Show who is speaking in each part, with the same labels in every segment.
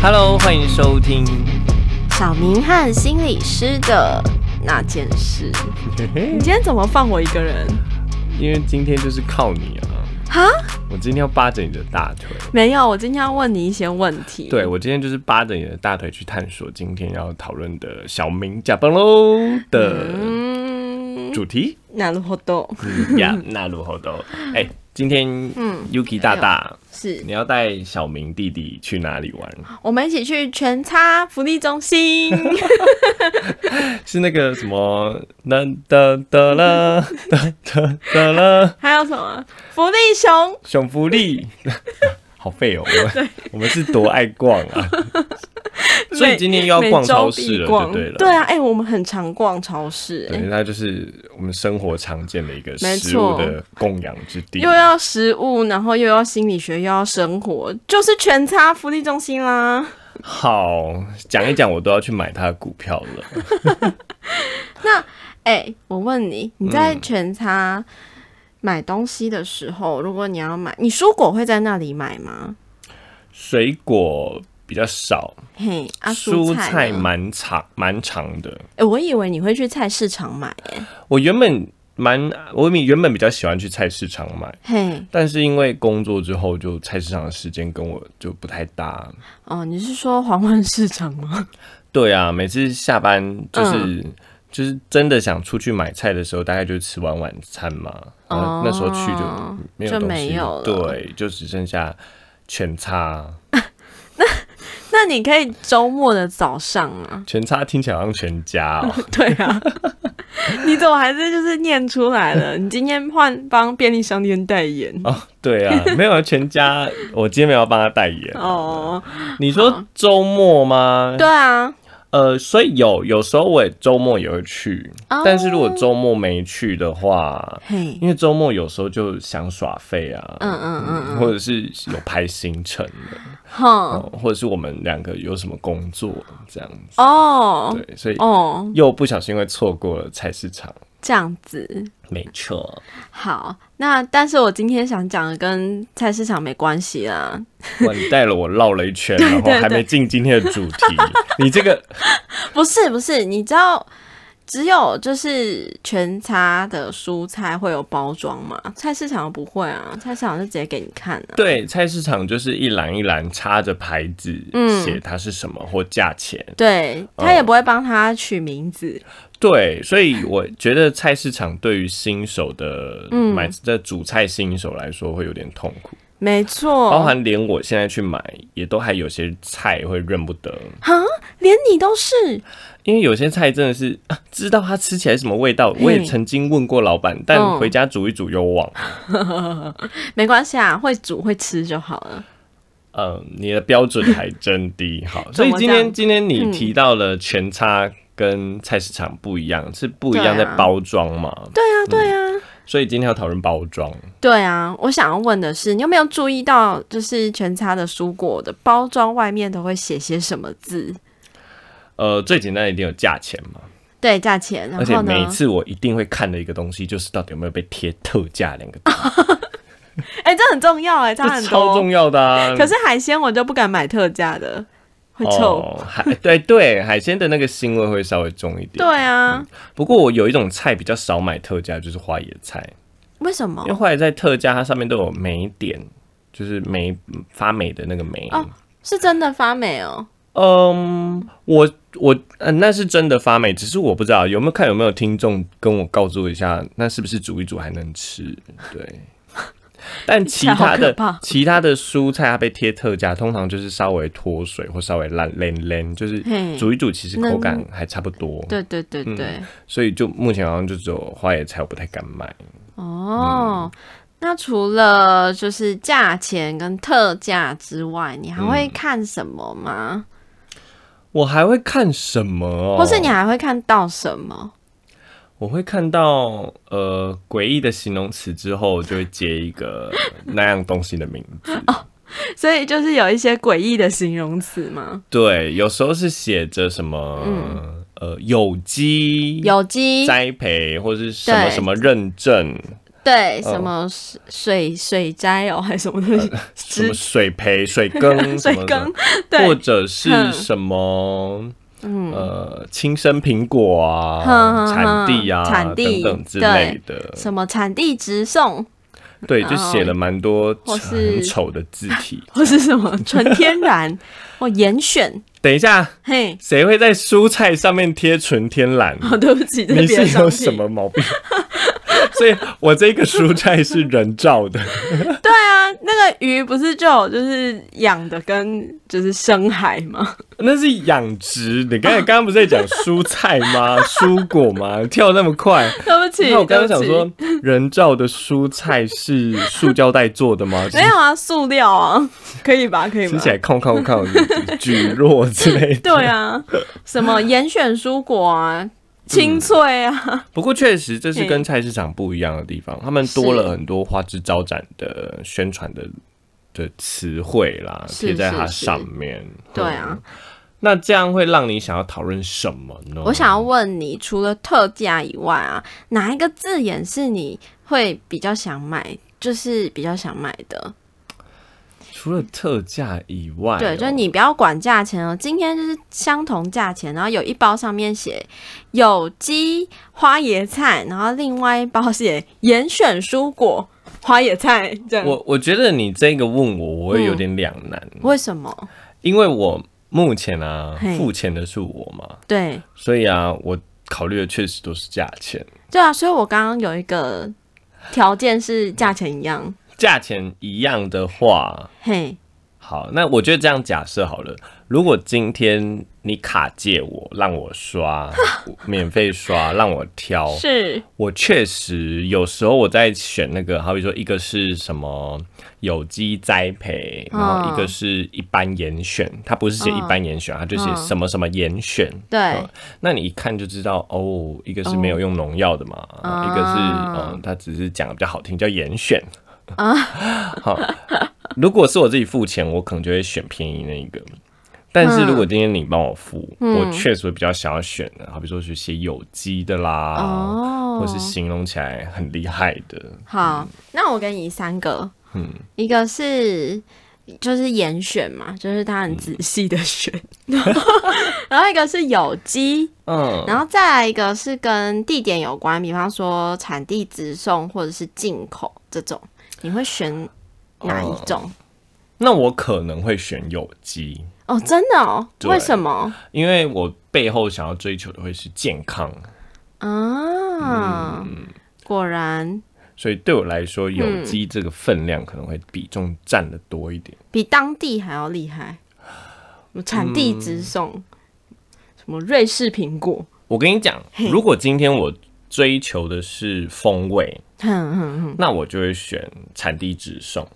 Speaker 1: Hello，欢迎收听。
Speaker 2: 小明和心理师的那件事。
Speaker 1: 嘿嘿
Speaker 3: 你今天怎么放我一个人？
Speaker 1: 因为今天就是靠你啊！
Speaker 3: 哈，
Speaker 1: 我今天要扒着你的大腿。
Speaker 3: 没有，我今天要问你一些问题。
Speaker 1: 对，我今天就是扒着你的大腿去探索今天要讨论的小明驾崩喽的
Speaker 3: 嗯，
Speaker 1: 主题。
Speaker 3: なるほど。
Speaker 1: 嗯呀，那如何都哎，今天嗯，Yuki 大大，
Speaker 2: 是
Speaker 1: 你要带小明弟弟去哪里玩？
Speaker 3: 我们一起去全差福利中心。
Speaker 1: 是那个什么哒哒哒啦哒哒哒啦，
Speaker 3: 还有什么福利熊？
Speaker 1: 熊福利， 好废 哦！我们我们是多爱逛啊，所以今天又要逛超市了，
Speaker 3: 每周
Speaker 1: 就
Speaker 3: 必
Speaker 1: 对了。
Speaker 3: 对啊，哎、我们很常逛超市、
Speaker 1: 对，
Speaker 3: 哎
Speaker 1: 那就是我们生活常见的一个
Speaker 3: 没
Speaker 1: 食物
Speaker 3: 错
Speaker 1: 的供养之地。
Speaker 3: 又要食物，然后又要心理学，又要生活，就是全差福利中心啦。
Speaker 1: 好，讲一讲，我都要去买他的股票了。
Speaker 3: 哎、我问你，你
Speaker 1: 嗯
Speaker 3: 在全差买东西的时候，如果你要买，你蔬果会在那里买吗？
Speaker 1: 水果比较少，
Speaker 3: 嘿，啊，
Speaker 1: 蔬
Speaker 3: 菜
Speaker 1: 菜
Speaker 3: 呢
Speaker 1: 蛮长蛮长的。
Speaker 3: 欸我以为你会去菜市场买、欸，
Speaker 1: 我原本蛮，我原本比较喜欢去菜市场买。
Speaker 3: 嘿，
Speaker 1: 但是因为工作之后，就菜市场的时间跟我就不太搭。
Speaker 3: 哦，你是说黄昏市场 吗？
Speaker 1: 对啊，每次下班就是、
Speaker 3: 嗯
Speaker 1: 就是真的想出去买菜的时候，大概就吃完晚餐嘛。然后呃那时候去
Speaker 3: 哦
Speaker 1: 就没有
Speaker 3: 就
Speaker 1: 东
Speaker 3: 没
Speaker 1: 西，
Speaker 3: 有了
Speaker 1: 对，就只剩下全叉。
Speaker 3: 那你可以周末的早上 啊，
Speaker 1: 全叉听起来好像全家哦。
Speaker 3: 对啊，你怎么还是就是念出来了？你今天换帮便利商店代言
Speaker 1: 哦，对啊，没有全家，我今天没有要帮他代言。
Speaker 3: 哦，
Speaker 1: 你说周末吗？
Speaker 3: 对啊，
Speaker 1: 呃，所以有有时候我也周末也会去，
Speaker 2: 哦
Speaker 1: 但是如果周末没去的话，
Speaker 3: 嘿，
Speaker 1: 因为周末有时候就想耍废啊，
Speaker 2: 嗯嗯嗯
Speaker 1: 或者是有排行程的，
Speaker 3: 哼，
Speaker 1: 哦或者是我们两个有什么工作这样子，
Speaker 3: 哦，
Speaker 1: 对，所以
Speaker 3: 哦，
Speaker 1: 又不小心会错过了菜市场。
Speaker 3: 这样子，
Speaker 1: 没错，
Speaker 3: 好，那但是我今天想讲的跟菜市场没关系啦，
Speaker 1: 哇，你带了我绕了一圈，然后
Speaker 3: 对
Speaker 1: 还没进今天的 主题，你这个
Speaker 3: 不是不是，你知道，只有就是全差的蔬菜会有包装吗？菜市场不会啊，菜市场是直接给你看啊。
Speaker 1: 对菜市场就是一栏一栏插着牌子，
Speaker 3: 嗯
Speaker 1: 写它是什么或价钱。
Speaker 3: 对
Speaker 1: 哦
Speaker 3: 他也不会帮他取名字，
Speaker 1: 对，所以我觉得菜市场对于新手的
Speaker 3: 嗯
Speaker 1: 买这主菜新手来说会有点痛苦，
Speaker 3: 没错，
Speaker 1: 包含连我现在去买，也都还有些菜会认不得，
Speaker 3: 哈，连你都是
Speaker 1: 因为有些菜真的是、啊、知道它吃起来什么味道，我也
Speaker 3: 嘿
Speaker 1: 曾经问过老板，但
Speaker 3: 嗯
Speaker 1: 回家煮一煮又忘。
Speaker 3: 没关系啊，会煮会吃就好了。
Speaker 1: 嗯，你的标准还真 低，好，所以今
Speaker 3: 这
Speaker 1: 天
Speaker 3: 样
Speaker 1: 今天你提到了全差跟菜市场不一样，是不一样在
Speaker 3: 对啊
Speaker 1: 包装嘛，
Speaker 3: 对啊，对啊，
Speaker 1: 所以今天要讨论包装。
Speaker 3: 对啊。我想要问的是，你有没有注意到，就是全差的蔬果的包装外面都会写些什么字？
Speaker 1: 呃，最简单的一定有价钱嘛，
Speaker 3: 对，价钱，然
Speaker 1: 而且
Speaker 3: 后呢？
Speaker 1: 每次我一定会看的一个东西，就是到底有没有被贴“特价”两个 字，
Speaker 3: 哎、这很重要哎、差
Speaker 1: 这
Speaker 3: 很多，
Speaker 1: 超重要的啊。
Speaker 3: 可是海鲜我就不敢买特价的，会臭。
Speaker 1: 哦，海对对，海鲜的那个腥味会稍微重一点。
Speaker 3: 对，啊，
Speaker 1: 不过我有一种菜比较少买特价，就是花椰菜，
Speaker 3: 为什么
Speaker 1: 因为？花椰菜特价它上面都有霉点，就是霉发霉的那个霉。
Speaker 3: 哦是真的发霉哦。
Speaker 1: 嗯，我我嗯、呃那是真的发霉，只是我不知道有没有看有没有听众跟我告诉一下，那是不是煮一煮还能吃？ 对。但其他
Speaker 3: 这好可
Speaker 1: 的
Speaker 3: 怕
Speaker 1: 其他的蔬菜，它被贴特价，通常就是稍微脱水或稍微烂烂烂，就是
Speaker 3: 嘿
Speaker 1: 煮一煮，其实口
Speaker 3: 嫩
Speaker 1: 感还差不多。
Speaker 3: 对对对对，
Speaker 1: 所以就目前好像就只有花椰菜，我不太敢买。嗯
Speaker 3: 哦。那除了就是价钱跟特价之外，你还
Speaker 1: 嗯
Speaker 3: 会看什么吗？
Speaker 1: 我还会看什么、哦？
Speaker 3: 或是你还会看到 什么？
Speaker 1: 我会看到呃诡异的形容词之后，就会接一个 那样东西的名字。
Speaker 3: 所以就是有一些诡异的形容词吗？
Speaker 1: 对，有时候是写着什么、呃有机
Speaker 3: 嗯有机，
Speaker 1: 栽培，或是什么
Speaker 3: 对
Speaker 1: 什么认证，
Speaker 3: 对，
Speaker 1: 哦呃
Speaker 3: 什么水水水斋哦，还是什么东西
Speaker 1: 什么水培、水羹什
Speaker 3: 水
Speaker 1: 么的
Speaker 3: 羹，，对
Speaker 1: 或，者是
Speaker 3: 嗯
Speaker 1: 什么。呃，亲生苹果啊，
Speaker 3: 哼哼
Speaker 1: 产地啊，
Speaker 3: 哼产地
Speaker 1: 等等之类的，
Speaker 3: 什么产地直送，
Speaker 1: 对，就写了蛮多
Speaker 3: 嗯或是
Speaker 1: 很丑的字体。
Speaker 3: 或是什么 纯天然，或严选，
Speaker 1: 等一下，
Speaker 3: 嘿，
Speaker 1: 谁会在蔬菜上面贴纯天 然？
Speaker 3: 哦，对不起，这
Speaker 1: 你
Speaker 3: 是别的
Speaker 1: 是
Speaker 3: 商
Speaker 1: 有
Speaker 3: 品
Speaker 1: 什？么毛病？ 所以我这个蔬菜是人造的，
Speaker 3: 对啊，那个鱼不是就有就是养的跟就是深海吗？
Speaker 1: 那是养殖。你刚才刚刚不是在讲蔬菜 吗？蔬果吗？跳那么快。
Speaker 3: 对不起，
Speaker 1: 那我刚刚
Speaker 3: 对
Speaker 1: 想
Speaker 3: 不起
Speaker 1: 说，人造的蔬菜是塑胶袋做的吗？
Speaker 3: 没有啊，塑料啊， 可以吧？可以吧
Speaker 1: 吃？起来空空空，蒟蒻之类的。
Speaker 3: 对 啊，什么严选蔬果
Speaker 1: 嗯
Speaker 3: 啊，清脆啊，
Speaker 1: 不过确实，这是跟
Speaker 3: 嗯
Speaker 1: 菜市场不一样的地方，他们多了很多花枝招展的宣传的的词汇啦，
Speaker 3: 是
Speaker 1: 贴在它
Speaker 3: 是是
Speaker 1: 上面。
Speaker 3: 对啊
Speaker 1: 嗯，那这样会让你想要讨论什么呢？
Speaker 3: 我想要问你，除了特价以外啊，哪一个字眼是你会比较想买，就是比较想买的？
Speaker 1: 除了特价以外哦，
Speaker 3: 对，就是你不要管价钱哦。今天就是相同价钱，然后有一包上面写有机花椰菜，然后另外一包写严选蔬果花椰菜，这样。
Speaker 1: 我我觉得你这个问我，我会有点两难，
Speaker 3: 为什么？
Speaker 1: 因为我目前啊
Speaker 3: 嘿
Speaker 1: 付钱的是我嘛，
Speaker 3: 对
Speaker 1: 所以啊我考虑的确实都是价钱，
Speaker 3: 对啊，所以我刚刚有一个条件是价钱一样，
Speaker 1: 价钱一样的话，
Speaker 3: 嘿，
Speaker 1: 好，那我觉得这样假设好了，如果今天你卡借我，让我刷，免费刷，让我挑，
Speaker 3: 是
Speaker 1: 我确实有时候我在选那个，好比说一个是什么有机栽培，然后一个是一般严选，它不是写一般严选，它就写
Speaker 3: 嗯嗯
Speaker 1: 什么什么严选。
Speaker 3: 对
Speaker 1: 嗯，那你一看就知道哦，一个是没有用农药的嘛，
Speaker 3: 哦
Speaker 1: 一个是
Speaker 3: 啊
Speaker 1: 嗯，它只是讲的比较好听，叫严选。 好，如果是我自己付钱，我可能就会选便宜那一个。但是如果今天你帮我付，
Speaker 3: 嗯
Speaker 1: 我确实会比较想要选的，好比说去写有机的啦，
Speaker 3: 哦
Speaker 1: 或是嗯形容起来很厉害的，
Speaker 3: 好，那我给你三个，
Speaker 1: 嗯
Speaker 3: 一个是就是严选嘛，就是他
Speaker 1: 嗯
Speaker 3: 很仔细的选， 然后一个是有机，
Speaker 1: 嗯，
Speaker 3: 然后再来一个是跟地点有关，比方说产地直送或者是进口这种，你会选哪一种？
Speaker 1: 那我可能会选有机，
Speaker 3: 哦，真的哦，
Speaker 1: 对
Speaker 3: 为什么
Speaker 1: 因为我背后想要追求的会是健康，
Speaker 3: 啊？果然
Speaker 1: 所以对我来说，
Speaker 3: 嗯
Speaker 1: 有机这个分量可能会比重占的多一点。
Speaker 3: 比当地还要厉害，什么产地直送，
Speaker 1: 嗯
Speaker 3: 什么瑞士苹果，
Speaker 1: 我跟你讲，如果今天我追求的是风味，
Speaker 3: 哼哼哼，
Speaker 1: 那我就会选产地直送。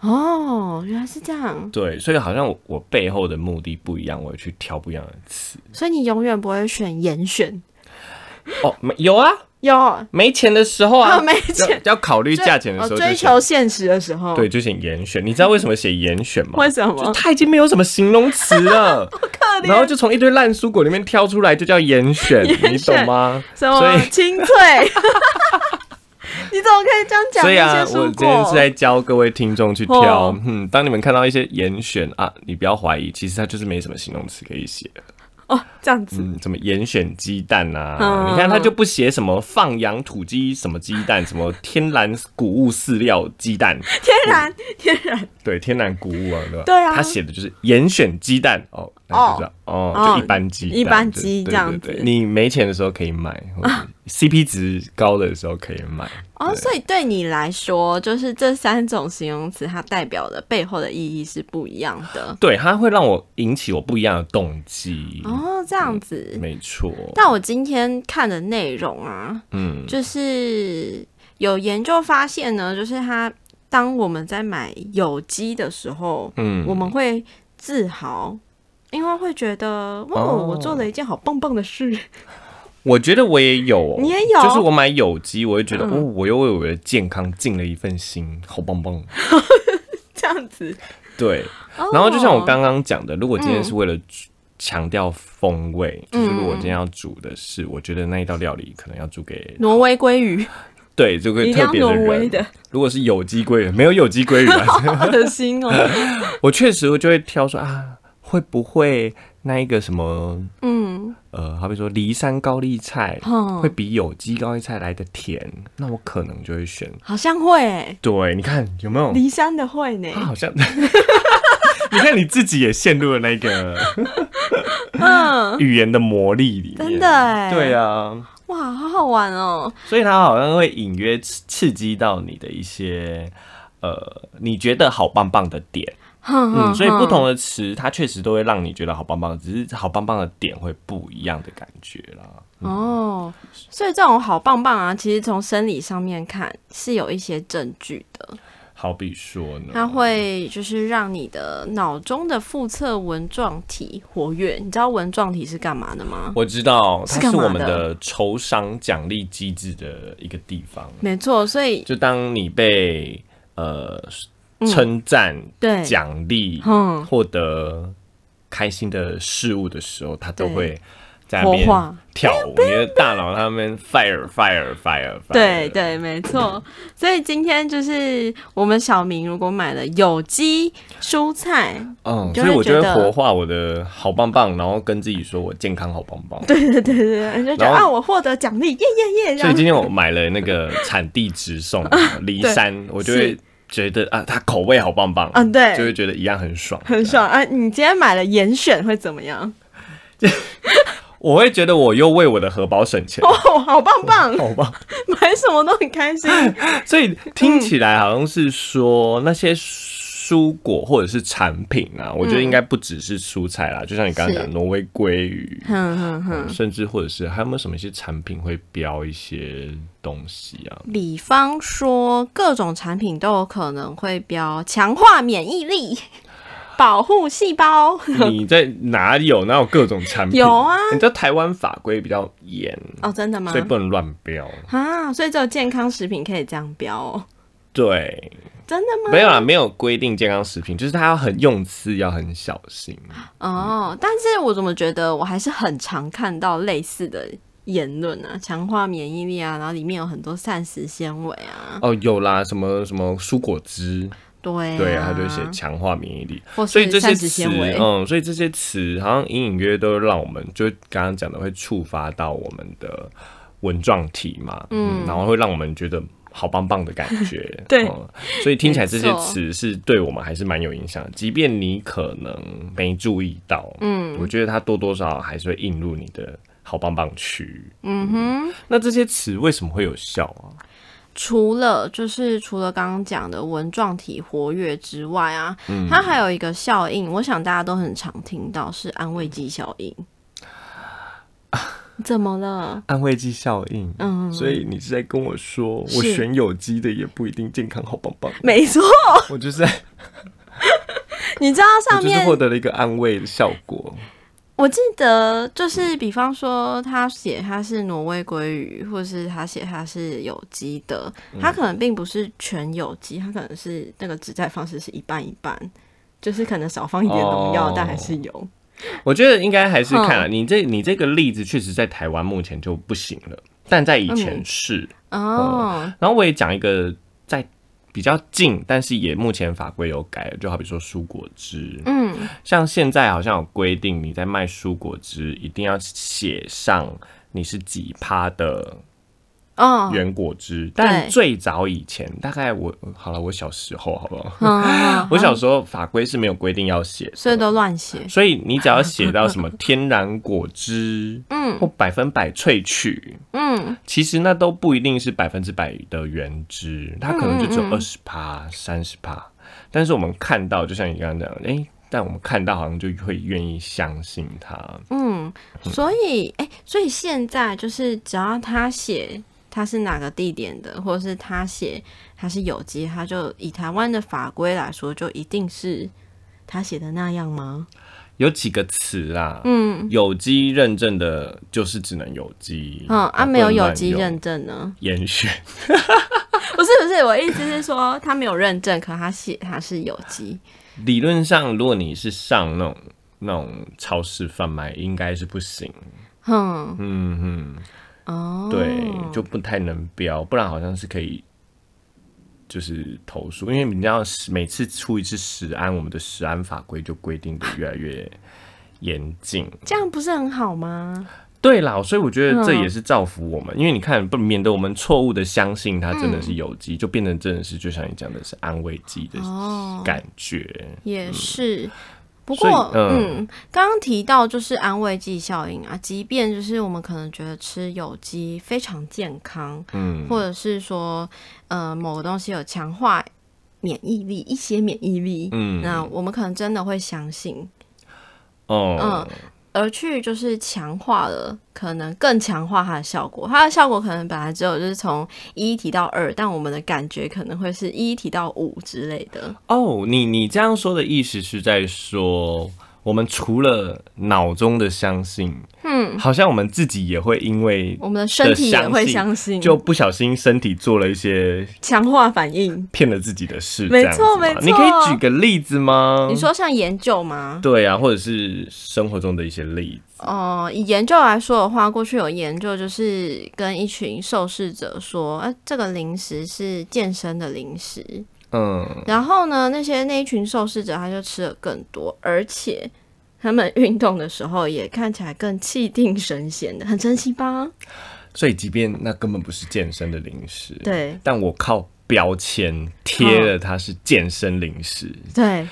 Speaker 3: 哦，原来是这样，
Speaker 1: 对，所以好像我我背后的目的不一样，我会去挑不一样的 词。
Speaker 3: 所以你永远不会选严选，
Speaker 1: 哦，没有啊，
Speaker 3: 有
Speaker 1: 没钱的时候啊，
Speaker 3: 啊没钱
Speaker 1: 要要考虑价钱的时候
Speaker 3: 哦
Speaker 1: 就选、
Speaker 3: 追求现实的时候，
Speaker 1: 对，，就写严选。你知道为什么写严选吗？
Speaker 3: 为什
Speaker 1: 就
Speaker 3: 么？
Speaker 1: 它已经没有什么形容词 了，然后就啊从一堆烂蔬果里面挑出来，就叫严选， 你懂吗？
Speaker 3: 什
Speaker 1: 所
Speaker 3: 么
Speaker 1: 以
Speaker 3: 清脆？ 你怎么可以这样讲
Speaker 1: 所以
Speaker 3: 那
Speaker 1: 啊，
Speaker 3: 些
Speaker 1: 我
Speaker 3: 蔬
Speaker 1: 今天是在
Speaker 3: 果？
Speaker 1: 教各位听众去挑
Speaker 3: 哦。
Speaker 1: 嗯，当你们看到一些严选啊，你不要怀疑，其实它就是没什么形容词可以写。
Speaker 3: 哦，这样子，
Speaker 1: 嗯，什么严选鸡蛋啊？
Speaker 3: 嗯
Speaker 1: 你看它就不写什么放养土鸡什么鸡蛋，什么天然谷物饲料鸡蛋，
Speaker 3: 天然天然
Speaker 1: 对，天然谷物啊，对吧？
Speaker 3: 对啊
Speaker 1: 它写的就是严选鸡蛋哦，那就这样哦，
Speaker 3: 哦
Speaker 1: 就一般鸡蛋，
Speaker 3: 一般鸡
Speaker 1: 对
Speaker 3: 这样
Speaker 1: 对
Speaker 3: 子啊
Speaker 1: 对对你没钱的时候可以买或者，CP 值高的时候可以买。
Speaker 3: 哦，所以对你来说，就是这三种形容词，它代表的背后的意义是不一样的。
Speaker 1: 对，它会让我引起我不一样的动机。
Speaker 3: 哦，这样子。
Speaker 1: 嗯没错，
Speaker 3: 但我今天看的内容啊，
Speaker 1: 嗯，
Speaker 3: 就是有研究发现呢，就是它当我们在买有机的时候，
Speaker 1: 嗯
Speaker 3: 我们会自豪，因为会觉得哇，
Speaker 1: 哦
Speaker 3: 我做了一件好棒棒的事。
Speaker 1: 我觉得我也有哦，
Speaker 3: 你也有嗯
Speaker 1: 就是我买有机，我会觉得、哦，我又为我的健康尽了一份心，好棒 棒。
Speaker 3: 这样子，
Speaker 1: 对，
Speaker 3: 哦
Speaker 1: 然后就像我刚刚讲的，如果今天是为了强调风
Speaker 3: 嗯
Speaker 1: 味，就是如果今天要煮的是，我觉得那一道料理可能要煮给
Speaker 3: 挪威鲑鱼
Speaker 1: 对，这个
Speaker 3: 一定
Speaker 1: 特
Speaker 3: 要
Speaker 1: 别的
Speaker 3: 挪威
Speaker 1: 人。
Speaker 3: 的，
Speaker 1: 如果是有机鲑鱼，没有有机鲑鱼、 啊，
Speaker 3: 好恶心哦。
Speaker 1: 我确实我就会挑说啊，会不会那一个什么
Speaker 3: 嗯，
Speaker 1: 呃，好比说骊山高丽菜
Speaker 3: 哦
Speaker 1: 会比有机高丽菜来的甜，那我可能就会选。
Speaker 3: 好像会欸，
Speaker 1: 对，你看有没有？
Speaker 3: 离山的会呢
Speaker 1: 他。好像， 你看你自己也陷入了那 个
Speaker 3: 嗯，
Speaker 1: 语言的魔力里面。
Speaker 3: 真的哎
Speaker 1: 对啊，
Speaker 3: 哇，好好玩哦。
Speaker 1: 所以它好像会隐约刺刺激到你的一些。呃，你觉得好棒棒的点，
Speaker 3: 哼
Speaker 1: 嗯，
Speaker 3: 哼
Speaker 1: 所以不
Speaker 3: 哼
Speaker 1: 同的词，它确实都会让你觉得好棒棒，只是好棒棒的点会不一样的感觉啦。
Speaker 3: 哦，所以这种好棒棒啊，其实从生理上面看是有一些证据的，
Speaker 1: 好比说呢，
Speaker 3: 它会就是让你的脑中的腹侧纹状体活跃。你知道纹状体是干嘛的吗？
Speaker 1: 我知道，它
Speaker 3: 是干
Speaker 1: 是
Speaker 3: 嘛
Speaker 1: 我们
Speaker 3: 的
Speaker 1: 的酬赏奖励机制的一个地方。
Speaker 3: 没错，所以
Speaker 1: 就当你被呃称赞、
Speaker 3: 对
Speaker 1: 奖励、
Speaker 3: 嗯
Speaker 1: 获得开心的事物的时候，它都
Speaker 3: 对
Speaker 1: 会在那边
Speaker 3: 活化
Speaker 1: 跳舞。你的大脑他们 fire fire fire fire。
Speaker 3: 对，对，没错。所以今天就是我们小明如果买了有机蔬菜，
Speaker 1: 嗯，
Speaker 3: 就
Speaker 1: 所以我
Speaker 3: 会
Speaker 1: 就
Speaker 3: 觉
Speaker 1: 会
Speaker 3: 得
Speaker 1: 活化我的好棒棒，然后跟自己说我健康好棒棒。对，
Speaker 3: 对对对对，你就觉得
Speaker 1: 然
Speaker 3: 啊，
Speaker 1: 后
Speaker 3: 我获得奖励，耶耶耶！这
Speaker 1: 所以
Speaker 3: 样啊
Speaker 1: 今天我买了那个产地直 送骊山，我就会
Speaker 3: 是
Speaker 1: 觉得啊，它口味好棒棒，
Speaker 3: 嗯对
Speaker 1: 就会觉得一样很爽。
Speaker 3: 很爽啊！你今天买了严选会怎么样？
Speaker 1: 我会觉得我又为我的荷包省 钱，
Speaker 3: 哦，好棒棒，
Speaker 1: 好棒。
Speaker 3: 买什么都很 开心。
Speaker 1: 所以听起来好像是说那些蔬果或者是产品啊，我觉得应该不只是蔬菜啦，就像你刚刚讲
Speaker 3: 嗯是嗯
Speaker 1: 的挪威鲑鱼，啊
Speaker 3: 哼哼哼。
Speaker 1: 甚至或者是还有没有什么一些产品会标一些东西啊？
Speaker 3: 比方说，各种产品都有可能会标强化免疫力、 保护细胞。
Speaker 1: 你在哪里有哪有各种产品？
Speaker 3: 有啊
Speaker 1: 你知道台湾法规比较严，
Speaker 3: 哦，真的吗
Speaker 1: 所？以不能乱标。
Speaker 3: 啊，所以只有健康食品可以这样标哦？
Speaker 1: 对，啊
Speaker 3: 真的吗？
Speaker 1: 没有啦，没有规定健康食品，就是它要很用词要很小心。
Speaker 3: 哦，但是我怎么觉得我还是很常看到类似的言论啊，强化免疫力啊，然后里面有很多膳食纤维啊，
Speaker 1: 哦，有啦，什么什么蔬果汁，
Speaker 3: 对啊，
Speaker 1: 对，它就写强化免疫力。
Speaker 3: 或
Speaker 1: 所以这些
Speaker 3: 是膳
Speaker 1: 词
Speaker 3: 食纤维，，
Speaker 1: 嗯，所以这些词好像隐隐约都让我们，就刚刚讲的会触发到我们的纹状体嘛，嗯，然后会让我们觉得好棒棒的感觉，
Speaker 3: 对
Speaker 1: 嗯所以听起来这些
Speaker 3: 没错
Speaker 1: 词是对我们还是蛮有影响的，即便你可能没注意到，嗯，我觉得它多多少少还是会映入你的好棒棒区。
Speaker 3: 嗯哼。
Speaker 1: 那这些词为什么会有效啊？
Speaker 3: 除了就是除了刚刚讲的纹状体活跃之外啊，
Speaker 1: 嗯
Speaker 3: 它还有一个效应，我想大家都很常听到是安慰剂效应。 怎么了？
Speaker 1: 安慰剂效应，嗯，所以你是在跟我说，我
Speaker 3: 是
Speaker 1: 选有机的也不一定健康，好棒 棒。
Speaker 3: 没错，
Speaker 1: 我就是在
Speaker 3: 你知道
Speaker 1: 我
Speaker 3: 上
Speaker 1: 就是
Speaker 3: 面
Speaker 1: 获得了一个安慰的效果。
Speaker 3: 我记得就是，比方说他写他是挪威鲑鱼，或是他写他是有机的，他可能并不是全有机，他可能是那个指代方式是一半一半，就是可能少放一点农药，
Speaker 1: 哦
Speaker 3: 但还是有。
Speaker 1: 我觉得应该还是看
Speaker 3: 嗯
Speaker 1: 了你这你这个例子，确实在台湾目前就不行了，但在以前
Speaker 3: 嗯
Speaker 1: 是。
Speaker 3: 哦，
Speaker 1: 然后我也讲一个在比较近，但是也目前法规有改了，就好比说蔬果汁，
Speaker 3: 嗯，
Speaker 1: 像现在好像有规定，你在卖蔬果汁一定要写上你是几趴的
Speaker 3: 哦，
Speaker 1: 原果汁，但最早以前，大概我好了，我小时候好不 好？
Speaker 3: 嗯，
Speaker 1: 我小时候法规是没有规定要写的，
Speaker 3: 所以都乱写。
Speaker 1: 所以你只要写到什么天然果 汁，嗯，或百分百萃取，
Speaker 3: 嗯，
Speaker 1: 其实那都不一定是百分之百的原汁，它可能就只
Speaker 3: 嗯
Speaker 1: 有二十趴、三十趴。但是我们看到，就像你刚刚讲的，诶，但我们看到好像就会愿意相信它。
Speaker 3: 嗯，所以哎、所以现在就是只要他写他是哪个地点的，或者是他写他是有机，他就以台湾的法规来说，就一定是他写的那样吗？
Speaker 1: 有几个词啦，
Speaker 3: 嗯
Speaker 1: 有机认证的，就是只能有机，
Speaker 3: 嗯啊，
Speaker 1: 不能
Speaker 3: 没有有
Speaker 1: 乱
Speaker 3: 机
Speaker 1: 用
Speaker 3: 认证呢？
Speaker 1: 严选。
Speaker 3: 不是不是，我意思是说他没有认证，可他写他是有机。
Speaker 1: 理论上，如果你是上那种那种超市贩卖，应该是不行。
Speaker 3: 哼、
Speaker 1: 嗯哼，
Speaker 3: 哦，
Speaker 1: 对，就不太能标，不然好像是可以就是投诉，因为你知道十每次出一次食安，我们的食安法规就规定的越来越严禁。
Speaker 3: 这样不是很好吗？
Speaker 1: 对啦，所以我觉得
Speaker 3: 嗯
Speaker 1: 这也是造福我们，因为你看，不免得我们错误的相信它真的
Speaker 3: 嗯
Speaker 1: 是有机，就变成真的是就像你讲的是安慰剂的
Speaker 3: 哦
Speaker 1: 感觉。
Speaker 3: 也是。不
Speaker 1: 嗯所以
Speaker 3: 过，
Speaker 1: 嗯
Speaker 3: 嗯，刚刚提到就是安慰剂效应啊，即便就是我们可能觉得吃有机非常健康，
Speaker 1: 嗯，
Speaker 3: 或者是说，呃，某个东西有强化免疫力，一些免疫力，
Speaker 1: 嗯
Speaker 3: 那我们可能真的会相信，嗯
Speaker 1: 哦，
Speaker 3: 而去就是强化了，可能更强化它的效果。它的效果可能本来只有就是从一提到二，但我们的感觉可能会是一提到五之类的。
Speaker 1: 哦，你你这样说的意思是在说，我们除了脑中的相信，嗯，好像我们自己也会因为
Speaker 3: 我们的身体也会相信，
Speaker 1: 就不小心身体做了一些
Speaker 3: 强化反应。
Speaker 1: 骗了自己的事，
Speaker 3: 没
Speaker 1: 这样子吗
Speaker 3: 错没错
Speaker 1: 你可以举个例子吗？
Speaker 3: 你说像研究吗？
Speaker 1: 对啊，或者是生活中的一些例子，
Speaker 3: 哦，以研究来说的话，过去有研究就是跟一群受试者说，呃，这个零食是健身的零食，
Speaker 1: 嗯，
Speaker 3: 然后呢，那些那一群受试者他就吃了更多，而且他们运动的时候也看起来更气定神闲的，很神奇吧？
Speaker 1: 所以即便那根本不是健身的零食，，
Speaker 3: 对
Speaker 1: 但我靠标签贴了它是健身零食，
Speaker 3: 对，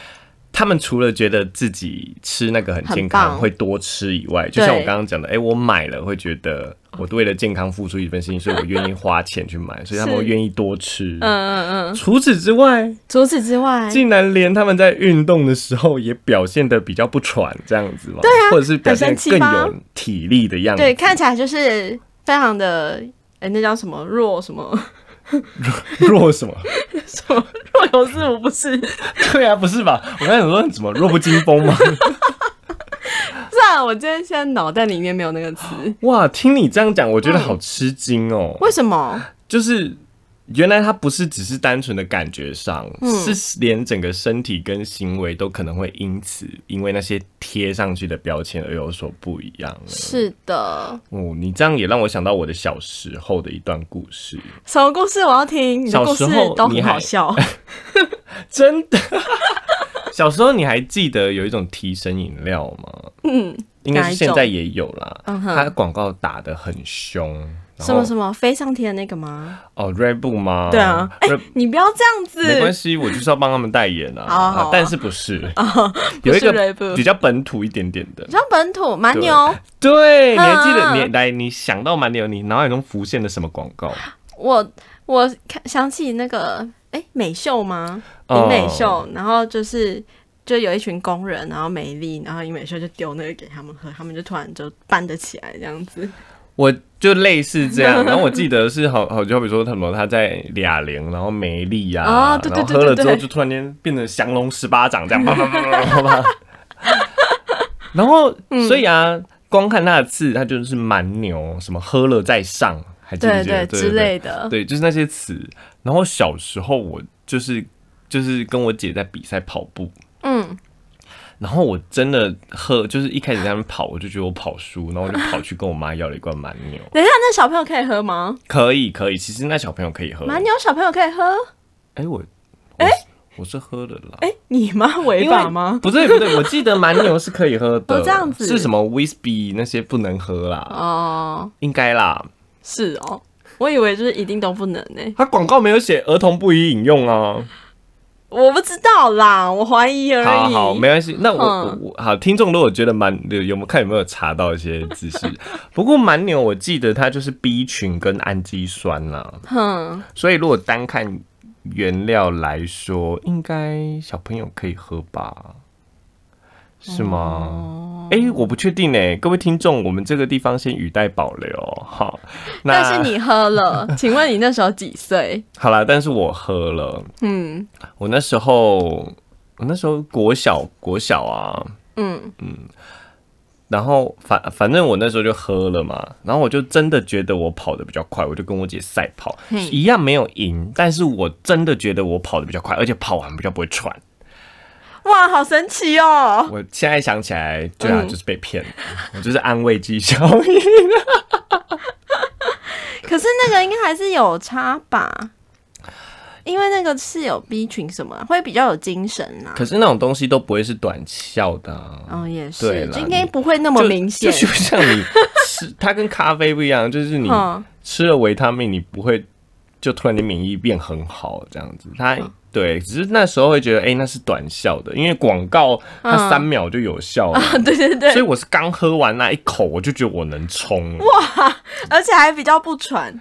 Speaker 1: 他们除了觉得自己吃那个很健
Speaker 3: 很
Speaker 1: 康，
Speaker 3: 棒
Speaker 1: 会多吃以外，就像
Speaker 3: 对
Speaker 1: 我刚刚讲的，哎、我买了会觉得我为了健康付出一份心，所以我愿意花钱去买，所以他们
Speaker 3: 是
Speaker 1: 会愿意多吃。
Speaker 3: 嗯嗯嗯。
Speaker 1: 除此之外，
Speaker 3: 除此之外，
Speaker 1: 竟然连他们在运动的时候也表现的比较不喘，这样子吗？对啊，或者是表现
Speaker 3: 很
Speaker 1: 得
Speaker 3: 神奇
Speaker 1: 更
Speaker 3: 吧
Speaker 1: 有体力的样子。
Speaker 3: 对，看起来就是非常的，哎、那叫什么弱什么
Speaker 1: 弱什么？
Speaker 3: 什么若有似无，不是？
Speaker 1: 对啊，不是吧？我刚才想说怎么弱不禁风吗？
Speaker 3: 算了，我今天现在脑袋里面没有那个词，
Speaker 1: 哇，听你这样讲，我觉得好吃惊哦。
Speaker 3: 为什么？
Speaker 1: 就是原来它不是只是单纯的感觉上，
Speaker 3: 嗯
Speaker 1: 是连整个身体跟行为都可能会因此因为那些贴上去的标签而有所不一样。
Speaker 3: 是的，
Speaker 1: 哦，你这样也让我想到我的小时候的一段故事，
Speaker 3: 什么故事我要听？你的
Speaker 1: 小
Speaker 3: 故
Speaker 1: 时
Speaker 3: 事
Speaker 1: 候
Speaker 3: 都
Speaker 1: 你
Speaker 3: 很
Speaker 1: 还
Speaker 3: 好笑，
Speaker 1: 真 的。小时候你还记得有一种提神饮料吗？
Speaker 3: 嗯，
Speaker 1: 应该
Speaker 3: 哪
Speaker 1: 是
Speaker 3: 一
Speaker 1: 现
Speaker 3: 种
Speaker 1: 在也有啦，
Speaker 3: 嗯哼
Speaker 1: 它广告打得很凶。然
Speaker 3: 什么
Speaker 1: 后
Speaker 3: 什么飞上天的那个吗？
Speaker 1: 哦，Red Bull 吗？
Speaker 3: 对啊，哎、
Speaker 1: ，Red
Speaker 3: 你不要这样子，
Speaker 1: 没关系，我就是要帮他们代言啊，
Speaker 3: 好啊好啊
Speaker 1: 但是不是、有一
Speaker 3: 不是
Speaker 1: 个
Speaker 3: Red Bull
Speaker 1: 比较本土一点点的
Speaker 3: 比，较本土蛮牛，
Speaker 1: 对，你还记得、
Speaker 3: 嗯
Speaker 1: 你来你想到蛮牛，你脑海中浮现的什么广告？
Speaker 3: 我我看想起那个哎、美秀吗？
Speaker 1: 哦
Speaker 3: 林美秀，然后就是就有一群工人，然后美丽，然后林美秀就丢那个给他们喝，他们就突然就搬得起来这样子。
Speaker 1: 我就类似这样，然后我记得是好好就好比说什么他在俩零，然后没力呀、
Speaker 3: 啊对对
Speaker 1: 然后
Speaker 3: 对
Speaker 1: 喝了
Speaker 3: 对
Speaker 1: 之后
Speaker 3: 对
Speaker 1: 就突然间变成降龙十八掌这样，啪啪啪啪啪啪。然后所以啊，光看他的字，他就是蛮牛，什么喝了再上，还记不
Speaker 3: 对
Speaker 1: 记得
Speaker 3: 对之类的，
Speaker 1: 对，就是那些词。然后小时候我就是就是跟我姐在比赛跑步，
Speaker 3: 嗯，
Speaker 1: 然后我真的喝，就是一开始在那边跑，我就觉得我跑输，然后我就跑去跟我妈要了一罐蛮牛。
Speaker 3: 等一下，那小朋友可以喝吗？
Speaker 1: 可以可以，其实那小朋友可以喝。
Speaker 3: 蛮牛小朋友可以喝？
Speaker 1: 哎、我哎、我是喝的啦。
Speaker 3: 哎、你妈违
Speaker 1: 因
Speaker 3: 法
Speaker 1: 为
Speaker 3: 吗？
Speaker 1: 不对不对，我记得蛮牛是可以喝的，
Speaker 3: 哦这样子
Speaker 1: 是什么 whisky 那些不能喝啦，
Speaker 3: 哦，
Speaker 1: 应该啦。
Speaker 3: 是哦，我以为就是一定都不能呢、
Speaker 1: 它广告没有写儿童不宜饮用啊。
Speaker 3: 我不知道啦，我怀疑而已。
Speaker 1: 好好，没关系。那我、
Speaker 3: 嗯
Speaker 1: 我我好，听众如果觉得蛮有有没有看有没有查到一些知识？ 不过蛮牛，我记得它就是 B 群跟氨基酸啦、
Speaker 3: 哼，
Speaker 1: 所以如果单看原料来说，应该小朋友可以喝吧？是
Speaker 3: 哦
Speaker 1: 吗？哎、我不确定哎、各位听众，我们这个地方先语带保留哈。那
Speaker 3: 但是你 喝了，请问你那时候几岁？
Speaker 1: 好啦，但是我喝了，
Speaker 3: 嗯
Speaker 1: 我那时候我那时候国小国小啊，
Speaker 3: 嗯，
Speaker 1: 然后反反正我那时候就喝了嘛，然后我就真的觉得我跑得比较快，我就跟我姐赛跑，
Speaker 3: 嘿
Speaker 1: 一样没有赢，但是我真的觉得我跑得比较快，而且跑完比较不会喘。
Speaker 3: 哇，好神奇哦！
Speaker 1: 我现在想起来，对
Speaker 3: 嗯
Speaker 1: 啊，就是被骗，我就是安慰剂效 应。
Speaker 3: 可是那个应该还是有差吧，因为那个是有 B 群什么，会比较有精神啊啦。
Speaker 1: 可是那种东西都不会是短效的、啊。
Speaker 3: 哦，也
Speaker 1: 对
Speaker 3: 是，
Speaker 1: 啦
Speaker 3: 就应该不会那么
Speaker 1: 就
Speaker 3: 明显
Speaker 1: 就。是像你吃，它跟咖啡不一样，就是你
Speaker 3: 嗯
Speaker 1: 吃了维他命，你不会就突然间免疫变很好这样子。它
Speaker 3: 嗯
Speaker 1: 对，只是那时候会觉得，哎、那是短效的，因为广告它三秒就有效了，
Speaker 3: 对嗯啊对
Speaker 1: 所以
Speaker 3: 对，
Speaker 1: 我是刚喝完那一口，我就觉得我能冲哇，
Speaker 3: 而且还比较不喘，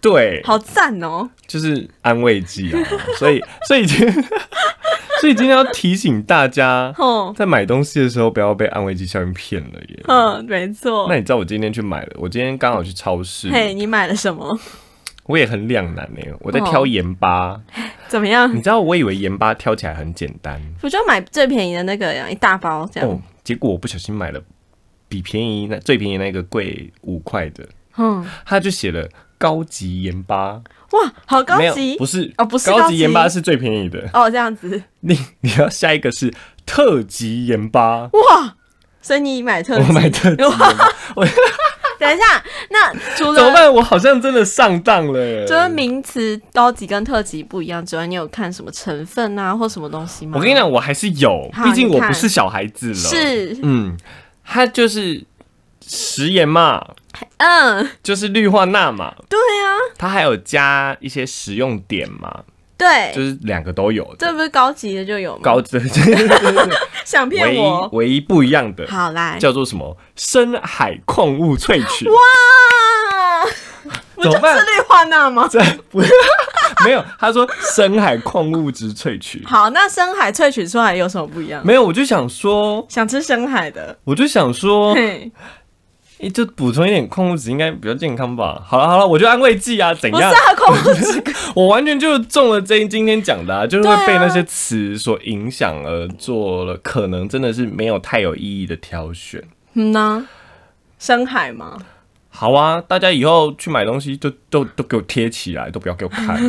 Speaker 1: 对，
Speaker 3: 好赞哦！
Speaker 1: 就是安慰剂啊。所以，所以今天， 所以今天要提醒大家，
Speaker 3: 哦，
Speaker 1: 在买东西的时候不要被安慰剂效应骗了耶。
Speaker 3: 嗯，没错
Speaker 1: 那。你知道我今天去买了，我今天刚好去超市，
Speaker 3: 嘿，你买了什么？
Speaker 1: 我也很两难哎、我在
Speaker 3: 哦
Speaker 1: 挑盐巴，
Speaker 3: 怎么样
Speaker 1: 你？知道我以为盐巴挑起来很简单
Speaker 3: 我就买最便宜的那个呀，一大包这样。
Speaker 1: 哦，结果我不小心买了比便宜那最便宜那个贵五块的，
Speaker 3: 嗯，
Speaker 1: 他就写了高级盐巴，
Speaker 3: 哇，好高
Speaker 1: 没有
Speaker 3: 级
Speaker 1: 不是
Speaker 3: 哦不是
Speaker 1: 高
Speaker 3: 高
Speaker 1: 级
Speaker 3: 级
Speaker 1: 盐巴是最便宜的，
Speaker 3: 哦，这样子
Speaker 1: 你你要下一个是特级盐巴，
Speaker 3: 哇。所以你买特
Speaker 1: 我
Speaker 3: 级？
Speaker 1: 买特级盐巴，我怎
Speaker 3: 等一下，那除
Speaker 1: 么
Speaker 3: 了
Speaker 1: 办？我好像真的上当了耶，
Speaker 3: 就是名词高级跟特级不一样之外，你有看什么成分啊或什么东西吗？
Speaker 1: 我跟你，讲，我还是有，
Speaker 3: 好
Speaker 1: 毕竟
Speaker 3: 你
Speaker 1: 我
Speaker 3: 看
Speaker 1: 不是小孩子了，
Speaker 3: 是
Speaker 1: 嗯，它就是食盐嘛，
Speaker 3: 嗯，
Speaker 1: 就是氯化钠嘛，
Speaker 3: 对啊，
Speaker 1: 它还有加一些食用碘嘛，
Speaker 3: 对，
Speaker 1: 就是两个都有的。
Speaker 3: 哎这不是高级的就有吗？
Speaker 1: 高 这这这
Speaker 3: 想骗
Speaker 1: 唯一
Speaker 3: 我？
Speaker 1: 唯一不一样的
Speaker 3: 好来，
Speaker 1: 叫做什么？深海矿物萃取。
Speaker 3: 哇，不就
Speaker 1: 怎么办
Speaker 3: 是氯化钠吗？
Speaker 1: 这不 没有，他说深海矿物质萃取。
Speaker 3: 好，那深海萃取出来有什么不一样？
Speaker 1: 没有，我就想说，
Speaker 3: 想吃深海的，
Speaker 1: 我就想说，
Speaker 3: 嘿，
Speaker 1: 诶就补充一点矿物质应该比较健康吧。好了好了，我就安慰剂啊，怎
Speaker 3: 不是
Speaker 1: 样？
Speaker 3: 啊，空腹脂 肪
Speaker 1: 我完全就中了这今天讲的、啊，就是会被
Speaker 3: 对啊
Speaker 1: 那些词所影响而做了，可能真的是没有太有意义的挑选。
Speaker 3: 嗯呐，深海吗？
Speaker 1: 好啊，大家以后去买东西就都都给我贴起来，都不要给我看。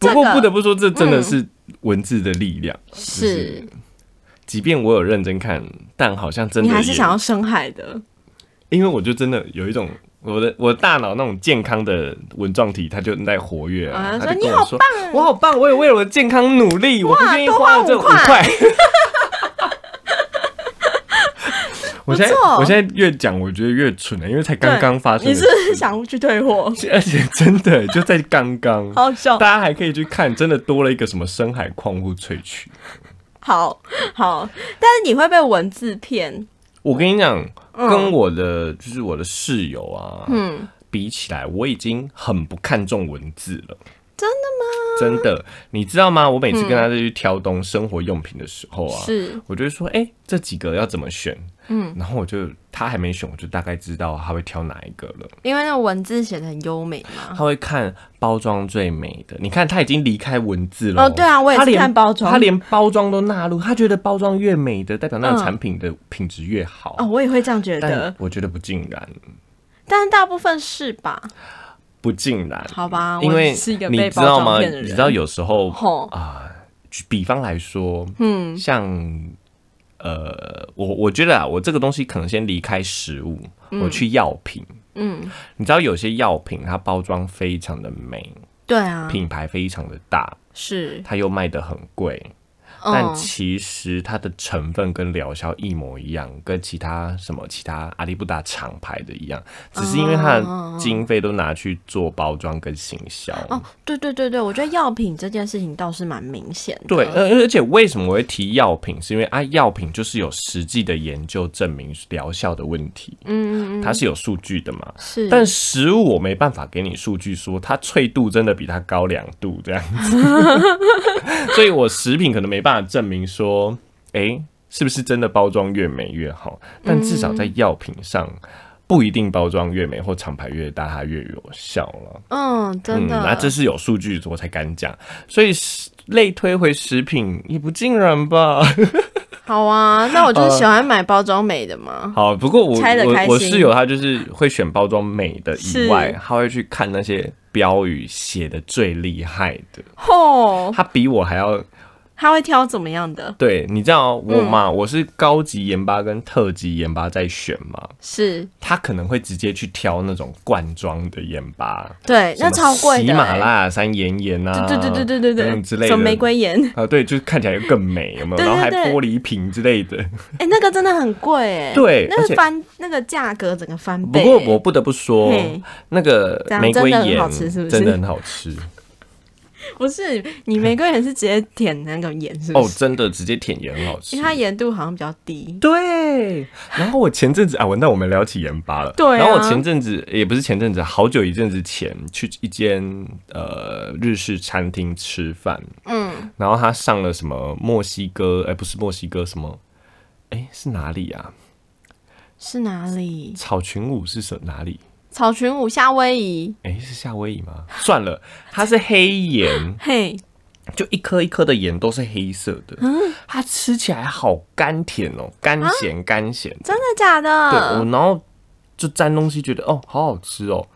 Speaker 1: 不过
Speaker 3: 这个嗯
Speaker 1: 不得不说，这真的是文字的力量。
Speaker 3: 是，
Speaker 1: 即便我有认真看，但好像真的
Speaker 3: 你还是
Speaker 1: 也
Speaker 3: 想要深海的，
Speaker 1: 因为我就真的有一种我的我的大脑那种健康的纹状体，它就在活跃啊，
Speaker 3: 啊
Speaker 1: 它
Speaker 3: 说
Speaker 1: 就跟
Speaker 3: 你
Speaker 1: 我
Speaker 3: 好
Speaker 1: 说：“我好棒，我也为了我的健康努力，我不愿意
Speaker 3: 多
Speaker 1: 花
Speaker 3: 花
Speaker 1: 了这
Speaker 3: 五
Speaker 1: 五
Speaker 3: 块
Speaker 1: 块。” 我现在
Speaker 3: 不错
Speaker 1: 我现在越讲，我觉得越蠢啊了，因为才刚
Speaker 3: 对
Speaker 1: 刚发生的嗯
Speaker 3: 你
Speaker 1: 事。
Speaker 3: 是不是想去退货？
Speaker 1: 而且真的就在刚刚，
Speaker 3: 好笑
Speaker 1: 大，家还可以去看，真的多了一个什么深海矿物萃取。
Speaker 3: 好好，但是你会被文字骗，
Speaker 1: 我跟你讲，跟我的、就是我的室友啊，
Speaker 3: 嗯，
Speaker 1: 比起来，我已经很不看重文字了。
Speaker 3: 真嗯
Speaker 1: 的吗？真的，你知道吗？我每次跟他去挑东生活用品的时候啊，
Speaker 3: 是
Speaker 1: 我就会说，哎、这几个要怎么选？嗯，然后我就他还没选，我就大概知道他会挑哪一个了。
Speaker 3: 因为那个文字写的很优美吗？
Speaker 1: 他会看包装最美的。你看，他已经离开文字了。
Speaker 3: 哦对啊我也是
Speaker 1: 他连
Speaker 3: 看包装
Speaker 1: 他连包装都纳入。他觉得包装越美的，代表那个
Speaker 3: 嗯
Speaker 1: 产品的品质越好。
Speaker 3: 哦，我也会这样觉
Speaker 1: 但
Speaker 3: 得，
Speaker 1: 我觉得不尽然，
Speaker 3: 但是大部分是吧？
Speaker 1: 不尽然。
Speaker 3: 好吧，
Speaker 1: 因为
Speaker 3: 我是一个
Speaker 1: 你
Speaker 3: 被
Speaker 1: 知道
Speaker 3: 包
Speaker 1: 吗？
Speaker 3: 装骗的
Speaker 1: 你
Speaker 3: 人。
Speaker 1: 知道有时候
Speaker 3: 吼，
Speaker 1: 啊、举比方来说，
Speaker 3: 嗯，
Speaker 1: 像呃，我我觉得啊，我这个东西可能先离开食物，我去药品。
Speaker 3: 嗯，
Speaker 1: 你知道有些药品它包装非常的美，
Speaker 3: 对啊，
Speaker 1: 品牌非常的大，
Speaker 3: 是，
Speaker 1: 它又卖得很贵，但
Speaker 3: 嗯，
Speaker 1: 其实它的成分跟疗效一模一样，跟其他什么其他阿里不达厂牌的一样，只是因为它的经费都拿去做包装跟行销。
Speaker 3: 哦，对对对对，我觉得药品这件事情倒是蛮明显的。
Speaker 1: 对，呃而而且为什么我会提药品，是因为啊，药品就是有实际的研究证明疗效的问题，
Speaker 3: 嗯，嗯嗯，
Speaker 1: 它是有数据的嘛。
Speaker 3: 是，
Speaker 1: 但食物我没办法给你数据说它脆度真的比它高两度这样子， 所以我食品可能没办法证明说，诶，是不是真的包装越美越好？但至少在药品上。不一定包装越美或厂牌越大，它越有效了。
Speaker 3: 嗯，真的，
Speaker 1: 那这是有数据我才敢讲，所以食类推回食品也不尽然吧。
Speaker 3: 好 啊，那我
Speaker 1: 呃
Speaker 3: 就是喜欢买包装美的嘛。
Speaker 1: 好，不过我
Speaker 3: 拆得
Speaker 1: 我
Speaker 3: 开
Speaker 1: 我
Speaker 3: 心
Speaker 1: 室友他就是会选包装美的以
Speaker 3: 是
Speaker 1: 外，他会去看那些标语写的最厉害的，
Speaker 3: 吼，
Speaker 1: 哦他比我还要。
Speaker 3: 他会挑怎么样的？
Speaker 1: 对，你知道我嘛，
Speaker 3: 嗯
Speaker 1: 我是高级盐巴跟特级盐巴在选嘛，
Speaker 3: 是
Speaker 1: 他可能会直接去挑那种罐装的盐巴，
Speaker 3: 对，
Speaker 1: 什么
Speaker 3: 那超贵
Speaker 1: 喜
Speaker 3: 的、
Speaker 1: 马
Speaker 3: 欸。
Speaker 1: 拉雅山岩盐啊，
Speaker 3: 对对对对对对
Speaker 1: 等等
Speaker 3: 对，
Speaker 1: 之类
Speaker 3: 什
Speaker 1: 的
Speaker 3: 么玫瑰盐，
Speaker 1: 啊，对，就是看起来更美，有没有？
Speaker 3: 对对
Speaker 1: 然后还
Speaker 3: 对
Speaker 1: 玻璃瓶之类的。
Speaker 3: 哎、那个真的很贵哎、
Speaker 1: 对
Speaker 3: 那
Speaker 1: 而
Speaker 3: 个
Speaker 1: 且
Speaker 3: 翻那个价格整个翻倍
Speaker 1: 不
Speaker 3: 欸、
Speaker 1: 过我不得不说
Speaker 3: 嘿，
Speaker 1: 那个
Speaker 3: 怎样
Speaker 1: 玫瑰
Speaker 3: 真的很
Speaker 1: 盐
Speaker 3: 好吃是不是
Speaker 1: 真的很好吃
Speaker 3: 不是你玫瑰盐是直接舔那个盐是不
Speaker 1: 哦
Speaker 3: 是？，
Speaker 1: 真的直接舔盐很好吃
Speaker 3: 因为。它盐度好像比较低。
Speaker 1: 对，然后我前阵子啊，文到我们聊起盐巴了。
Speaker 3: 对啊
Speaker 1: 然后我前阵子也不是前阵子，好久一阵子前去一间呃日式餐厅吃饭，
Speaker 3: 嗯，
Speaker 1: 然后他上了什么墨西哥，哎、不是墨西哥什么，哎、是哪里啊？
Speaker 3: 是哪里？
Speaker 1: 草裙舞是什哪里？
Speaker 3: 草裙舞夏威夷，
Speaker 1: 哎、是夏威夷吗？算了，它是黑盐，
Speaker 3: 嘿，
Speaker 1: 就一颗一颗的盐都是黑色的，
Speaker 3: 啊
Speaker 1: 它吃起来好甘甜哦，甘咸甘咸的。
Speaker 3: 真的假
Speaker 1: 对，我
Speaker 3: 的？
Speaker 1: 然后就沾东西，觉得哦，好好吃哦。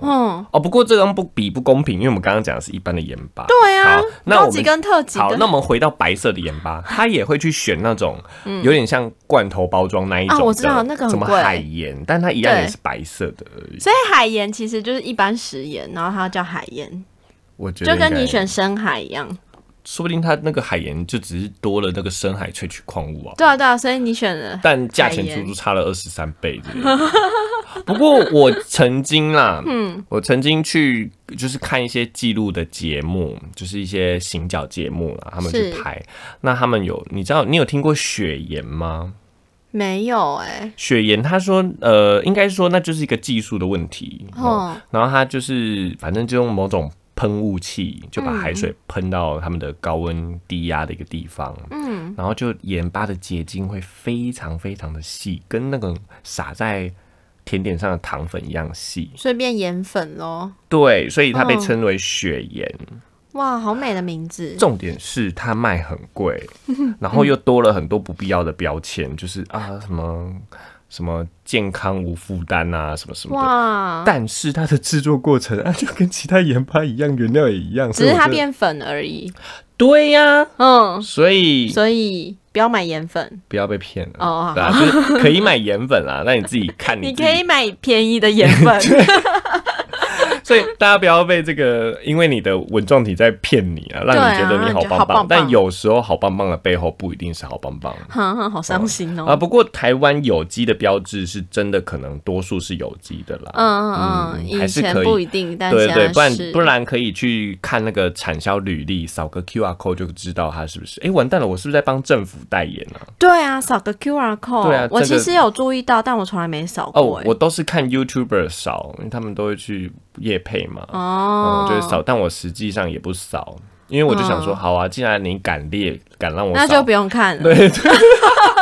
Speaker 3: 嗯，
Speaker 1: 哦，不过这样不比不公平，因为我们刚刚讲的是一般的盐巴。
Speaker 3: 对啊
Speaker 1: 好，那
Speaker 3: 高
Speaker 1: 我
Speaker 3: 级
Speaker 1: 们
Speaker 3: 跟特级
Speaker 1: 好，那
Speaker 3: 的
Speaker 1: 我们回到白色的盐巴， 它也会去选那种有点像罐头包装那一种的、
Speaker 3: 嗯啊我知道那个很
Speaker 1: 什么
Speaker 3: 贵
Speaker 1: 海盐，但它一样也
Speaker 3: 对
Speaker 1: 是白色的而已。
Speaker 3: 所以海盐其实就是一般食盐，然后它叫海盐，
Speaker 1: 我觉得
Speaker 3: 就跟
Speaker 1: 应该
Speaker 3: 你选，深海一样。
Speaker 1: 说不定它那个海盐就只是多了那个深海萃取矿物啊。
Speaker 3: 对啊，对啊，所以你选了
Speaker 1: 但价钱足足差了二十三倍之类的。 不过我曾经啦，嗯，我曾经去就是看一些记录的节目，就是一些行脚节目啦，他们去
Speaker 3: 是
Speaker 1: 拍。那他们有，你知道你有听过雪岩吗？
Speaker 3: 没有哎、
Speaker 1: 雪岩他说，呃，应该说那就是一个技术的问题。哦
Speaker 3: 哦，
Speaker 1: 然后他就是反正就用某种。喷雾器就把海水喷到他们的高温低压的一个地方，
Speaker 3: 嗯，
Speaker 1: 然后就盐巴的结晶会非常非常的细，跟那个撒在甜点上的糖粉一样细。
Speaker 3: 顺便盐粉咯。
Speaker 1: 对，所以它被
Speaker 3: 嗯
Speaker 1: 称为雪盐。
Speaker 3: 哦哇，好美的名字，
Speaker 1: 重点是它卖很 贵，然后又多了很多不必要的标签，就是啊什么什么健康无负担啊，什么什么的。
Speaker 3: 哇，
Speaker 1: 但是它的制作过程 啊，就跟其他盐巴一样，原料也一样，
Speaker 3: 只
Speaker 1: 所以
Speaker 3: 是它
Speaker 1: 我觉得
Speaker 3: 变粉而已。
Speaker 1: 对呀、
Speaker 3: 嗯，
Speaker 1: 所以
Speaker 3: 所以不要买盐粉，
Speaker 1: 不要被骗了
Speaker 3: 哦好
Speaker 1: 对啊，就是可以买盐粉啊，那你自己看你
Speaker 3: 你
Speaker 1: 自
Speaker 3: 可
Speaker 1: 己
Speaker 3: 以买便宜的盐粉。
Speaker 1: 所以大家不要被这个，因为你的稳状体在骗你啊，让你觉得你好棒
Speaker 3: 让你觉得好棒棒
Speaker 1: 但有时候好棒棒的背后不一定是好棒棒。
Speaker 3: 哈哈，好伤心哦。
Speaker 1: 啊，不过台湾有机的标志是真的，可能多数是有机的啦。
Speaker 3: 嗯嗯嗯，
Speaker 1: 还
Speaker 3: 以
Speaker 1: 是
Speaker 3: 前
Speaker 1: 可以
Speaker 3: 不一定，但
Speaker 1: 对
Speaker 3: 现
Speaker 1: 对，
Speaker 3: 在
Speaker 1: 不然
Speaker 3: 啊是
Speaker 1: 不然可以去看那个产销履历，扫个 QR code 就知道它是不是。哎，完蛋了，我是不是在帮政府代言啊？
Speaker 3: 对啊，扫个 QR code。
Speaker 1: 对啊
Speaker 3: 我
Speaker 1: 这个
Speaker 3: 其实有注意到，但我从来没扫过
Speaker 1: 哦
Speaker 3: 欸。，
Speaker 1: 我都是看 YouTuber 扫，因为他们都会去夜配嘛。嗯，
Speaker 3: 哦，
Speaker 1: 就是扫，但我实际上也不扫，因为我就想说，
Speaker 3: 嗯
Speaker 1: 好啊，既然你敢列，敢让我扫，
Speaker 3: 那就不用看了。
Speaker 1: 对，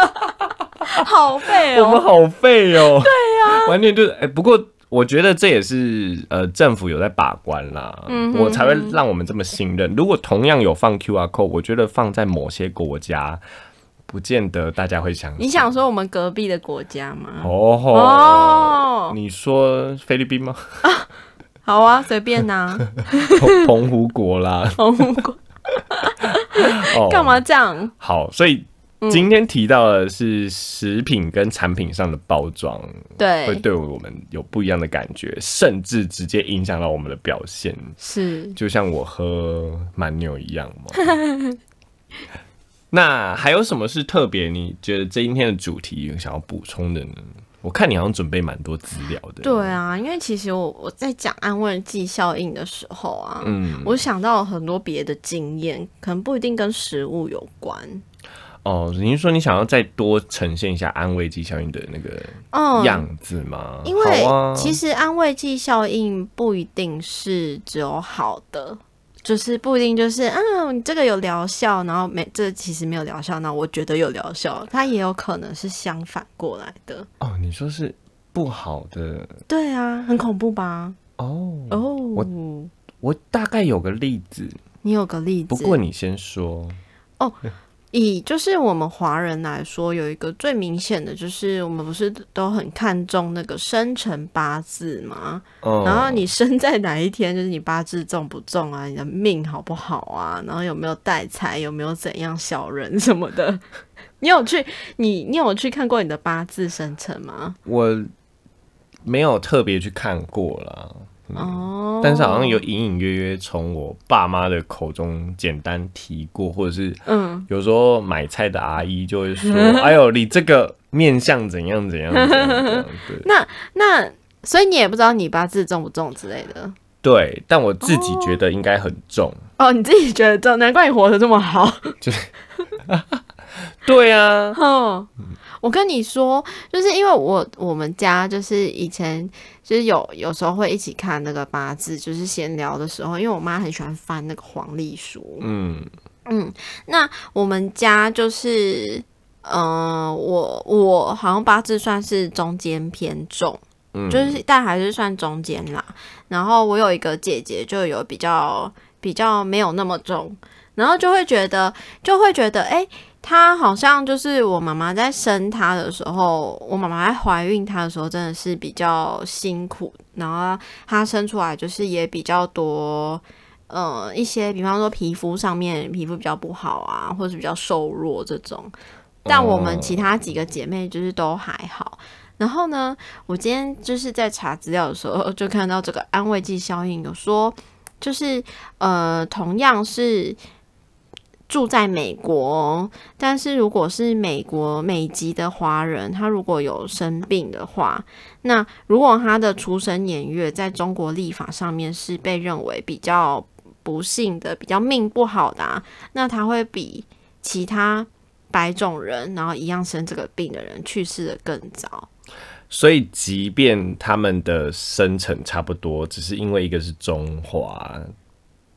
Speaker 3: 好废
Speaker 1: 我们
Speaker 3: 哦。
Speaker 1: 好废哦。对呀、 完全就是哎、不过。我觉得这也是呃政府有在把关啦，
Speaker 3: 嗯
Speaker 1: 我才会让我们这么信任。如果同样有放 QR code，我觉得放在某些国家，不见得大家会相信。
Speaker 3: 你想说我们隔壁的国家吗？
Speaker 1: 哦吼
Speaker 3: 哦
Speaker 1: 你说菲律 宾吗？
Speaker 3: 好啊，随便 呐。
Speaker 1: 澎澎湖国啦，
Speaker 3: 澎湖国
Speaker 1: 哦
Speaker 3: 干嘛嗯这样？
Speaker 1: 好，所以今天提到的是食品跟产品上的包装，会
Speaker 3: 对，
Speaker 1: 对我们有不一样的感觉，甚至直接影响到我们的表现，
Speaker 3: 是
Speaker 1: 就像我喝蛮牛一样嘛。 那还有什么是特别？你觉得这今天的主题有想要补充的呢？我看你好像准备蛮多资料的。
Speaker 3: 对，啊，因为其实我我在讲安慰剂效应的时候啊，
Speaker 1: 嗯，
Speaker 3: 我想到了很多别的经验，可能不一定跟食物有关。
Speaker 1: 哦，你是说你想要再多呈现一下安慰剂效应的那个
Speaker 3: 嗯，
Speaker 1: 样子吗？
Speaker 3: 因为
Speaker 1: 好啊
Speaker 3: 其实安慰剂效应不一定是只有好的，就是不一定就是嗯，你这个有疗效，然后没这其实没有疗效，那我觉得有疗效，它也有可能是相反过来的。
Speaker 1: 哦，你说是不好的
Speaker 3: 对啊，很恐怖吧？
Speaker 1: 哦。
Speaker 3: 哦，
Speaker 1: 我大概有个例子，
Speaker 3: 你有个例子，
Speaker 1: 不过你先说。
Speaker 3: 以就是我们华人来说，有一个最明显的就是，我们不是都很看重那个生辰八字吗？
Speaker 1: 嗯
Speaker 3: 然后你生在哪一天， 就是你八字重不重啊，你的命好不好啊，然后有没有带财，有没有怎样小人什么的。 你有去你你有去看过你的八字生辰吗？
Speaker 1: 我没有特别去看过啦，
Speaker 3: 哦，
Speaker 1: 但是好像有隐隐约约从我爸妈的口中简单提过，或者是
Speaker 3: 嗯，
Speaker 1: 有时候买菜的阿姨就会 说：“哎呦，你这个面相怎样怎样怎样怎样。对
Speaker 3: 那所以你也不知道你八字重不重之类的。”
Speaker 1: 对，但我自己觉得应该很重。
Speaker 3: 哦，你自己觉得重，难怪你活得这么好。
Speaker 1: 对啊，
Speaker 3: 哦，我跟你说，就是因为我我们家就是以前就是有有时候会一起看那个八字，就是闲聊的时候，因为我妈很喜欢翻那个黄历书。
Speaker 1: 嗯，
Speaker 3: 嗯，那我们家就是，嗯、我我好像八字算是中间偏重，
Speaker 1: 嗯
Speaker 3: 就是但还是算中间啦。然后我有一个姐姐，就有比较比较没有那么重，然后就会觉得就会觉得，哎、她好像就是我妈妈在生她的时候，我妈妈在怀孕她的时候真的是比较辛苦，然后她生出来就是也比较多。呃，一些比方说皮肤上面皮肤比较不好啊，或者是比较瘦弱这种，但我们其他几个姐妹就是都还好。然后呢，我今天就是在查资料的时候，就看到这个安慰剂效应，有说就是呃，同样是住在美国，哦但是如果是美国美籍的华人，他如果有生病的话，那如果他的出生年月在中国历法上面是被认为比较不幸的、比较命不好的、啊，那他会比其他白种人，然后一样生这个病的人去世的更早。
Speaker 1: 所以即便他们的生辰差不多，只是因为一个是中华，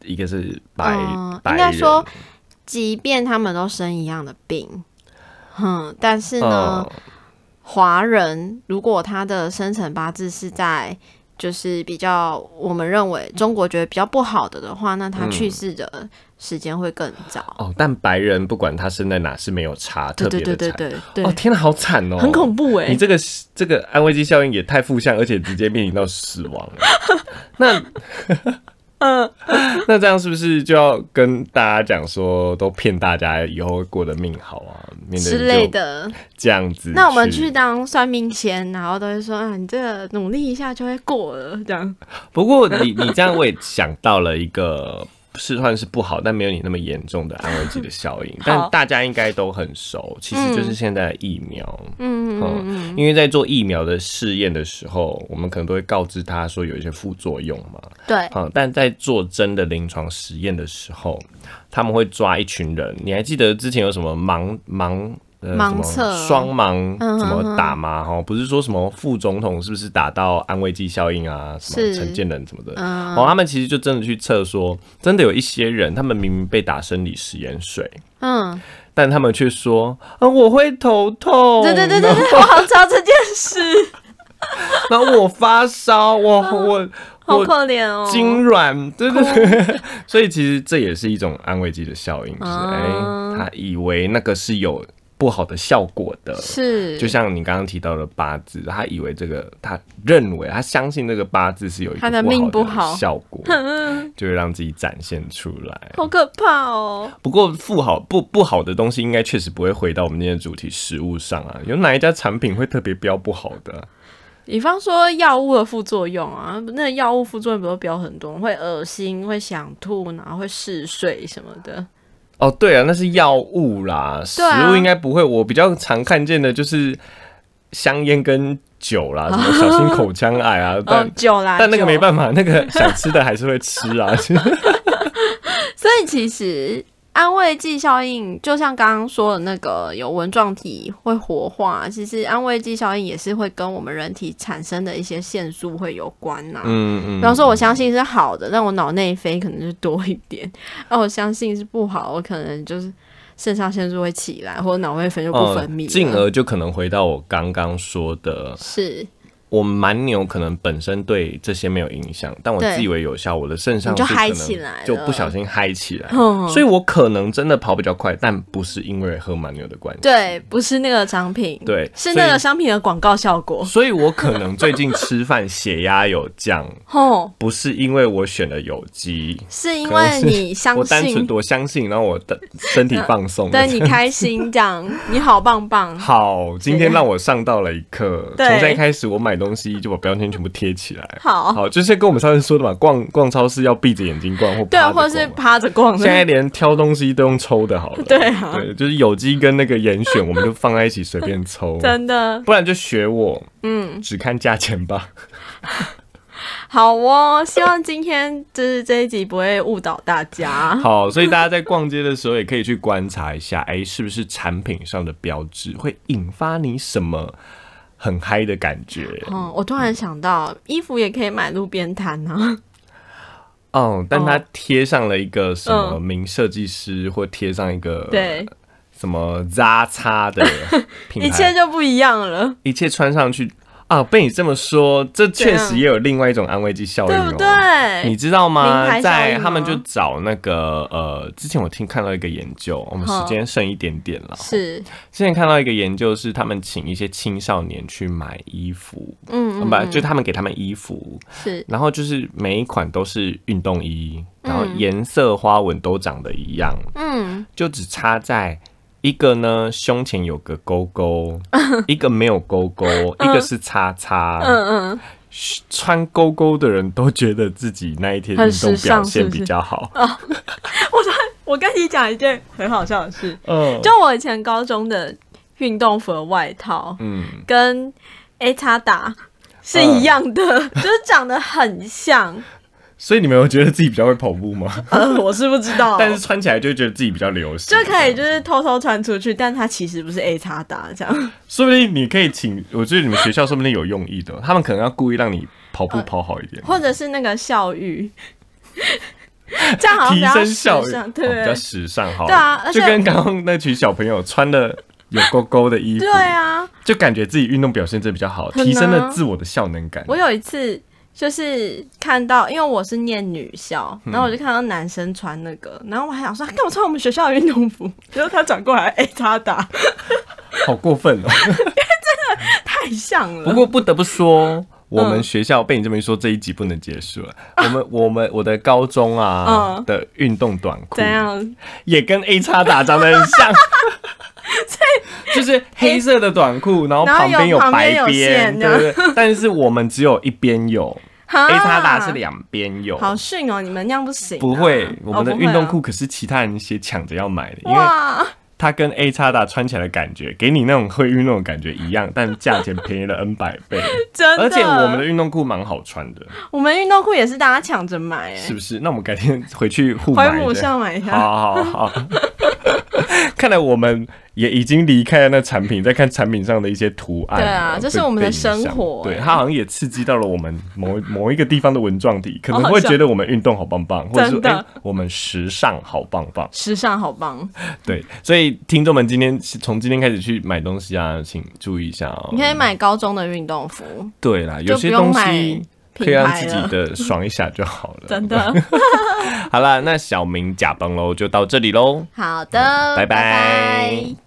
Speaker 1: 一个是白、
Speaker 3: 嗯
Speaker 1: 白
Speaker 3: 应
Speaker 1: 人，
Speaker 3: 该说即便他们都生一样的病，哼、但是呢，
Speaker 1: 嗯
Speaker 3: 华、人如果他的生辰八字是在就是比较我们认为中国觉得比较不好的的话，那他去世的时间会更早。
Speaker 1: 哦，但白人不管他生在哪是没有差，
Speaker 3: 对
Speaker 1: 嗯特别的
Speaker 3: 对对对
Speaker 1: 惨
Speaker 3: 对对，
Speaker 1: 哦，天哪，好惨哦，
Speaker 3: 很恐怖哎、
Speaker 1: 你这个这个安慰剂效应也太负向，而且直接面临到死亡了。那，
Speaker 3: 嗯
Speaker 1: 那这样是不是就要跟大家讲说，都骗大家以后过得命好啊，免得你就
Speaker 3: 之类的，
Speaker 1: 这样子？
Speaker 3: 那我们去，当算命仙，然后都会说啊，你这个努力一下就会过了，这样。
Speaker 1: 不过你你这样我也想到了一个。是算是不好，但没有你那么严重的安慰剂的效 应，但大家应该都很熟，其实就是现在的疫苗。
Speaker 3: 嗯
Speaker 1: 嗯，因为在做疫苗的试验的时候，我们可能都会告知他说有一些副作用嘛。
Speaker 3: 对，
Speaker 1: 好、啊但在做真的临床实验的时候，他们会抓一群人。你还记得之前有什么盲盲呃
Speaker 3: 盲
Speaker 1: 什么
Speaker 3: 测
Speaker 1: 双盲
Speaker 3: 嗯
Speaker 1: 怎
Speaker 3: 嗯
Speaker 1: 么
Speaker 3: 嗯
Speaker 1: 打吗？哈、不是说什么副总统是不是打到安慰剂效应啊？什么
Speaker 3: 是嗯
Speaker 1: 陈建仁什么的？哦，他们其实就真的去测说，真的有一些人，他们明明被打生理食盐水，
Speaker 3: 嗯，
Speaker 1: 但他们却说啊我会头痛，
Speaker 3: 对对对对对，我好找这件事，
Speaker 1: 然后我发烧，我我
Speaker 3: 好
Speaker 1: 我
Speaker 3: 可怜哦。
Speaker 1: 痉挛，对对对， 所以其实这也是一种安慰剂的效应，就是哎、
Speaker 3: 啊
Speaker 1: 他以为那个是有不好的效果的，
Speaker 3: 是，
Speaker 1: 就像你刚刚提到的八字，他以为这个，他认为他相信这个八字是有一个
Speaker 3: 他的命不好
Speaker 1: 的效果，就会让自己展现出来。
Speaker 3: 好可怕哦。
Speaker 1: 不过不好不不好的东西，应该确实不会回到我们今天的主题食物上啊，有哪一家产品会特别标不好的啊？
Speaker 3: 比方说药物的副作用啊，那药物副作用不都标很多，会恶心，会想吐，然后会嗜睡什么的。
Speaker 1: 哦，对啊，那是药物啦，食
Speaker 3: 对啊
Speaker 1: 物应该不会。我比较常看见的就是香烟跟酒啦，什 么小心口腔癌啊，但、
Speaker 3: 哦，久啦，
Speaker 1: 但那个
Speaker 3: 酒
Speaker 1: 没办法，那个想吃的还是会吃 啊。
Speaker 3: 所以其实啊安慰剂效应，就像刚刚说的那个有纹状体会活化，其实安慰剂效应也是会跟我们人体产生的一些腺素会有关呐、
Speaker 1: 嗯
Speaker 3: 比
Speaker 1: 嗯，
Speaker 3: 方说，我相信是好的，但我脑内啡可能就多一点；那我相信是不好，我可能就是肾上腺素会起
Speaker 1: 哦
Speaker 3: 来，或者脑内啡就不分泌了、
Speaker 1: 进而就可能回到我刚刚说的，
Speaker 3: 是
Speaker 1: 我蛮牛可能本身对这些没有影响，但我
Speaker 3: 对
Speaker 1: 自以为有效，我的肾上
Speaker 3: 你就
Speaker 1: 腺
Speaker 3: 嗨
Speaker 1: 可能
Speaker 3: 起来了
Speaker 1: 就不小心嗨起来，
Speaker 3: 嗯
Speaker 1: 所以我可能真的跑比较快，但不是因为喝蛮牛的关系，
Speaker 3: 对，不是那个商品，
Speaker 1: 对所
Speaker 3: 是
Speaker 1: 以
Speaker 3: 那个商品的广告效果。
Speaker 1: 所以我可能最近吃饭血压有降，
Speaker 3: 吼，
Speaker 1: 不是因为我选了有 机，
Speaker 3: 是因
Speaker 1: 可能
Speaker 3: 为
Speaker 1: 是
Speaker 3: 你相
Speaker 1: 我单纯
Speaker 3: 信，
Speaker 1: 多相信，然后我的身体放松了，
Speaker 3: 对你开心这样，你好棒 棒。
Speaker 1: 好，今天让我上到了一课。从
Speaker 3: 对
Speaker 1: 现在开始，我买东西就把标签全部贴起来。
Speaker 3: 好
Speaker 1: 好，就是跟我们上次说的嘛，逛逛超市要闭着眼睛逛，或
Speaker 3: 对啊
Speaker 1: 趴，着
Speaker 3: 或是
Speaker 1: 逛嘛
Speaker 3: 趴着逛
Speaker 1: 现在
Speaker 3: 的，
Speaker 1: 连挑东西都用抽的，好了。
Speaker 3: 对啊
Speaker 1: 对，就是有机跟那个严选，我们就放在一起随便抽。
Speaker 3: 真的
Speaker 1: 不然就学我，
Speaker 3: 嗯，
Speaker 1: 只看价钱吧。
Speaker 3: 好哦。希望今天就是这一集不会误导大家。
Speaker 1: 好，所以大家在逛街的时候也可以去观察一下，哎、是不是产品上的标志会引发你什么很嗨的感觉？
Speaker 3: 嗯，我突然想到，衣服也可以买路边摊啊。
Speaker 1: 哦，但他
Speaker 3: 哦
Speaker 1: 贴上了一个什么
Speaker 3: 嗯
Speaker 1: 名设计师，或贴上一个
Speaker 3: 对，
Speaker 1: 什么扎叉 的品
Speaker 3: 一切
Speaker 1: 牌，
Speaker 3: 就不一样了，
Speaker 1: 一切穿上去啊！被你这么说，这确实
Speaker 3: 怎样
Speaker 1: 也有另外一种安慰剂效应
Speaker 3: 对
Speaker 1: 哦。
Speaker 3: 不对
Speaker 1: 你？知道
Speaker 3: 名
Speaker 1: 吗？
Speaker 3: 牌效应哦
Speaker 1: 在
Speaker 3: 吗
Speaker 1: 他们就找那个呃，之前我听看到一个研究，我们时
Speaker 3: 好
Speaker 1: 间剩一点点了。
Speaker 3: 是，
Speaker 1: 之前看到一个研究是，他们请一些青少年去买衣服，
Speaker 3: 嗯，
Speaker 1: 嗯，
Speaker 3: 嗯
Speaker 1: 不，
Speaker 3: 嗯
Speaker 1: 就他们给他们衣服，
Speaker 3: 是，
Speaker 1: 然后就是每一款都是运动衣，然后颜色花纹都长得一样，
Speaker 3: 嗯，
Speaker 1: 就只差在一个呢胸前有个勾 勾，一个没有勾勾，一个是叉叉。
Speaker 3: 嗯嗯，
Speaker 1: 穿勾勾的人都觉得自己那一天运
Speaker 3: 很时
Speaker 1: 动表
Speaker 3: 尚是
Speaker 1: 现
Speaker 3: 不是哦
Speaker 1: 比较好。
Speaker 3: 我跟你讲一件很好笑的事，
Speaker 1: 嗯，
Speaker 3: 就我以前高中的运动服的外套
Speaker 1: 嗯，
Speaker 3: 跟 A 叉打是一样的， 就是长得 很像。
Speaker 1: 所以你们有觉得自己比较会跑步吗？
Speaker 3: 呃，我是不知道，
Speaker 1: 但是穿起来就觉得自己比较流行，
Speaker 3: 就可以就是偷偷穿出去，但它其实不是 A 叉打这样。
Speaker 1: 说不定你可以请，我觉得你们学校说不定有用意的，他们可能要故意让你跑步跑好一点，
Speaker 3: 或者是那个校誉，这样好像
Speaker 1: 提
Speaker 3: 比较
Speaker 1: 升
Speaker 3: 时
Speaker 1: 效率，
Speaker 3: 尚，
Speaker 1: 哦
Speaker 3: 对不
Speaker 1: 比较
Speaker 3: 对？
Speaker 1: 时尚哈。
Speaker 3: 对啊而且
Speaker 1: 就跟刚刚那群小朋友穿的有勾勾的衣服，
Speaker 3: 对啊，
Speaker 1: 就感觉自己运动表现真的比较好，
Speaker 3: 真的
Speaker 1: 提升了自我的效能感。
Speaker 3: 我有一次就是看到，因为我是念女校，然
Speaker 1: 嗯
Speaker 3: 后我就看到男生穿那个，然后我还想说，他啊干嘛穿我们学校的运动服？结果他转过来，哎、他打
Speaker 1: 好过分哦！
Speaker 3: 太像
Speaker 1: 不
Speaker 3: 了。
Speaker 1: 过不得不
Speaker 3: 嗯
Speaker 1: 说。我们学校被你这么一说，这一集不能结束了。我们我们我的高中啊
Speaker 3: 嗯
Speaker 1: 的运动短裤
Speaker 3: 怎样？
Speaker 1: 也跟 A 叉打长得很 像，就是黑色的短裤，然后
Speaker 3: 然后
Speaker 1: 旁边
Speaker 3: 有旁
Speaker 1: 白
Speaker 3: 边有
Speaker 1: 边，
Speaker 3: 线嗯
Speaker 1: 对不对？但是我们只有一边有
Speaker 3: 哈
Speaker 1: ，A 叉打是两边有。
Speaker 3: 好逊哦，你们那样不行啊、
Speaker 1: 不会，我们的
Speaker 3: 哦
Speaker 1: 运动。
Speaker 3: 不会
Speaker 1: 裤可是其他人也抢着要买的，因为
Speaker 3: 啊哇，
Speaker 1: 它跟 A 叉打穿起来的感觉，给你那种会运动的感觉一样，但价钱便宜了 N 百倍。
Speaker 3: 真的！
Speaker 1: 而且我们的运动裤蛮好穿的，
Speaker 3: 我们运动裤也是大家抢着买、
Speaker 1: 是
Speaker 3: 哎，
Speaker 1: 不是？那我们改天回去互买
Speaker 3: 回
Speaker 1: 一下。
Speaker 3: 母校买一下。
Speaker 1: 好好好， 看来我们也已经离开了那产品，在看产品上的一些图案了。
Speaker 3: 对啊这是
Speaker 1: 被
Speaker 3: 我们的
Speaker 1: 被影响
Speaker 3: 生活
Speaker 1: 对，
Speaker 3: 哎
Speaker 1: 它好像也刺激到了我们某某一个地方的文壮体，可能
Speaker 3: 好
Speaker 1: 会
Speaker 3: 笑
Speaker 1: 觉得我们运动好棒棒，或者说
Speaker 3: 真的
Speaker 1: 哎、我们时尚好棒棒。
Speaker 3: 时尚好棒！
Speaker 1: 对，所以听众们今天从今天开始去买东西啊，请注意一下哦
Speaker 3: 你。可以买高中的运动服，
Speaker 1: 对啦，有
Speaker 3: 就不
Speaker 1: 些
Speaker 3: 用
Speaker 1: 东
Speaker 3: 买
Speaker 1: 西可以
Speaker 3: 品
Speaker 1: 让
Speaker 3: 牌
Speaker 1: 自己
Speaker 3: 了
Speaker 1: 的爽一下就好了。
Speaker 3: 真的。
Speaker 1: 好啦，那小明假崩喽，就到这里喽。
Speaker 3: 好的，
Speaker 1: 拜拜
Speaker 3: 拜拜